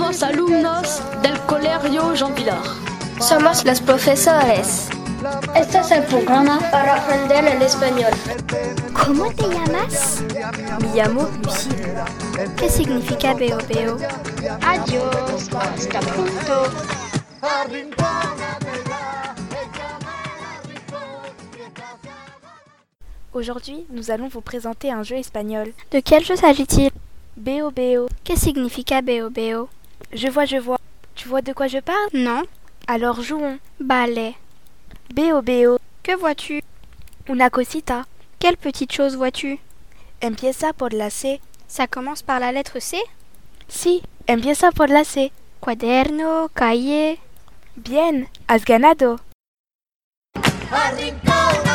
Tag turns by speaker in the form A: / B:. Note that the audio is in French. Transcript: A: los alumnos del Colegio Jean Pilar.
B: Somos los profesores.
C: Este es el programa
D: para aprender el español.
E: ¿Cómo te llamas?
F: Me llamo Lucía.
E: ¿Qué significa veo veo?
D: Adiós, hasta pronto.
G: Aujourd'hui, nous allons vous présenter un jeu espagnol.
E: De quel jeu s'agit-il
G: Beo Beo.
E: Que significa Beo Beo
G: Je vois, je vois. Tu vois de quoi je parle
E: Non.
G: Alors jouons.
E: Ballet.
G: Beo Beo.
E: Que vois-tu
G: Una cosita.
E: Quelle petite chose vois-tu
G: Empieza por la C.
E: Ça commence par la lettre C
G: Si, empieza por la C.
E: Cuaderno, cahier.
G: Bien, has ganado.
D: Arrincona.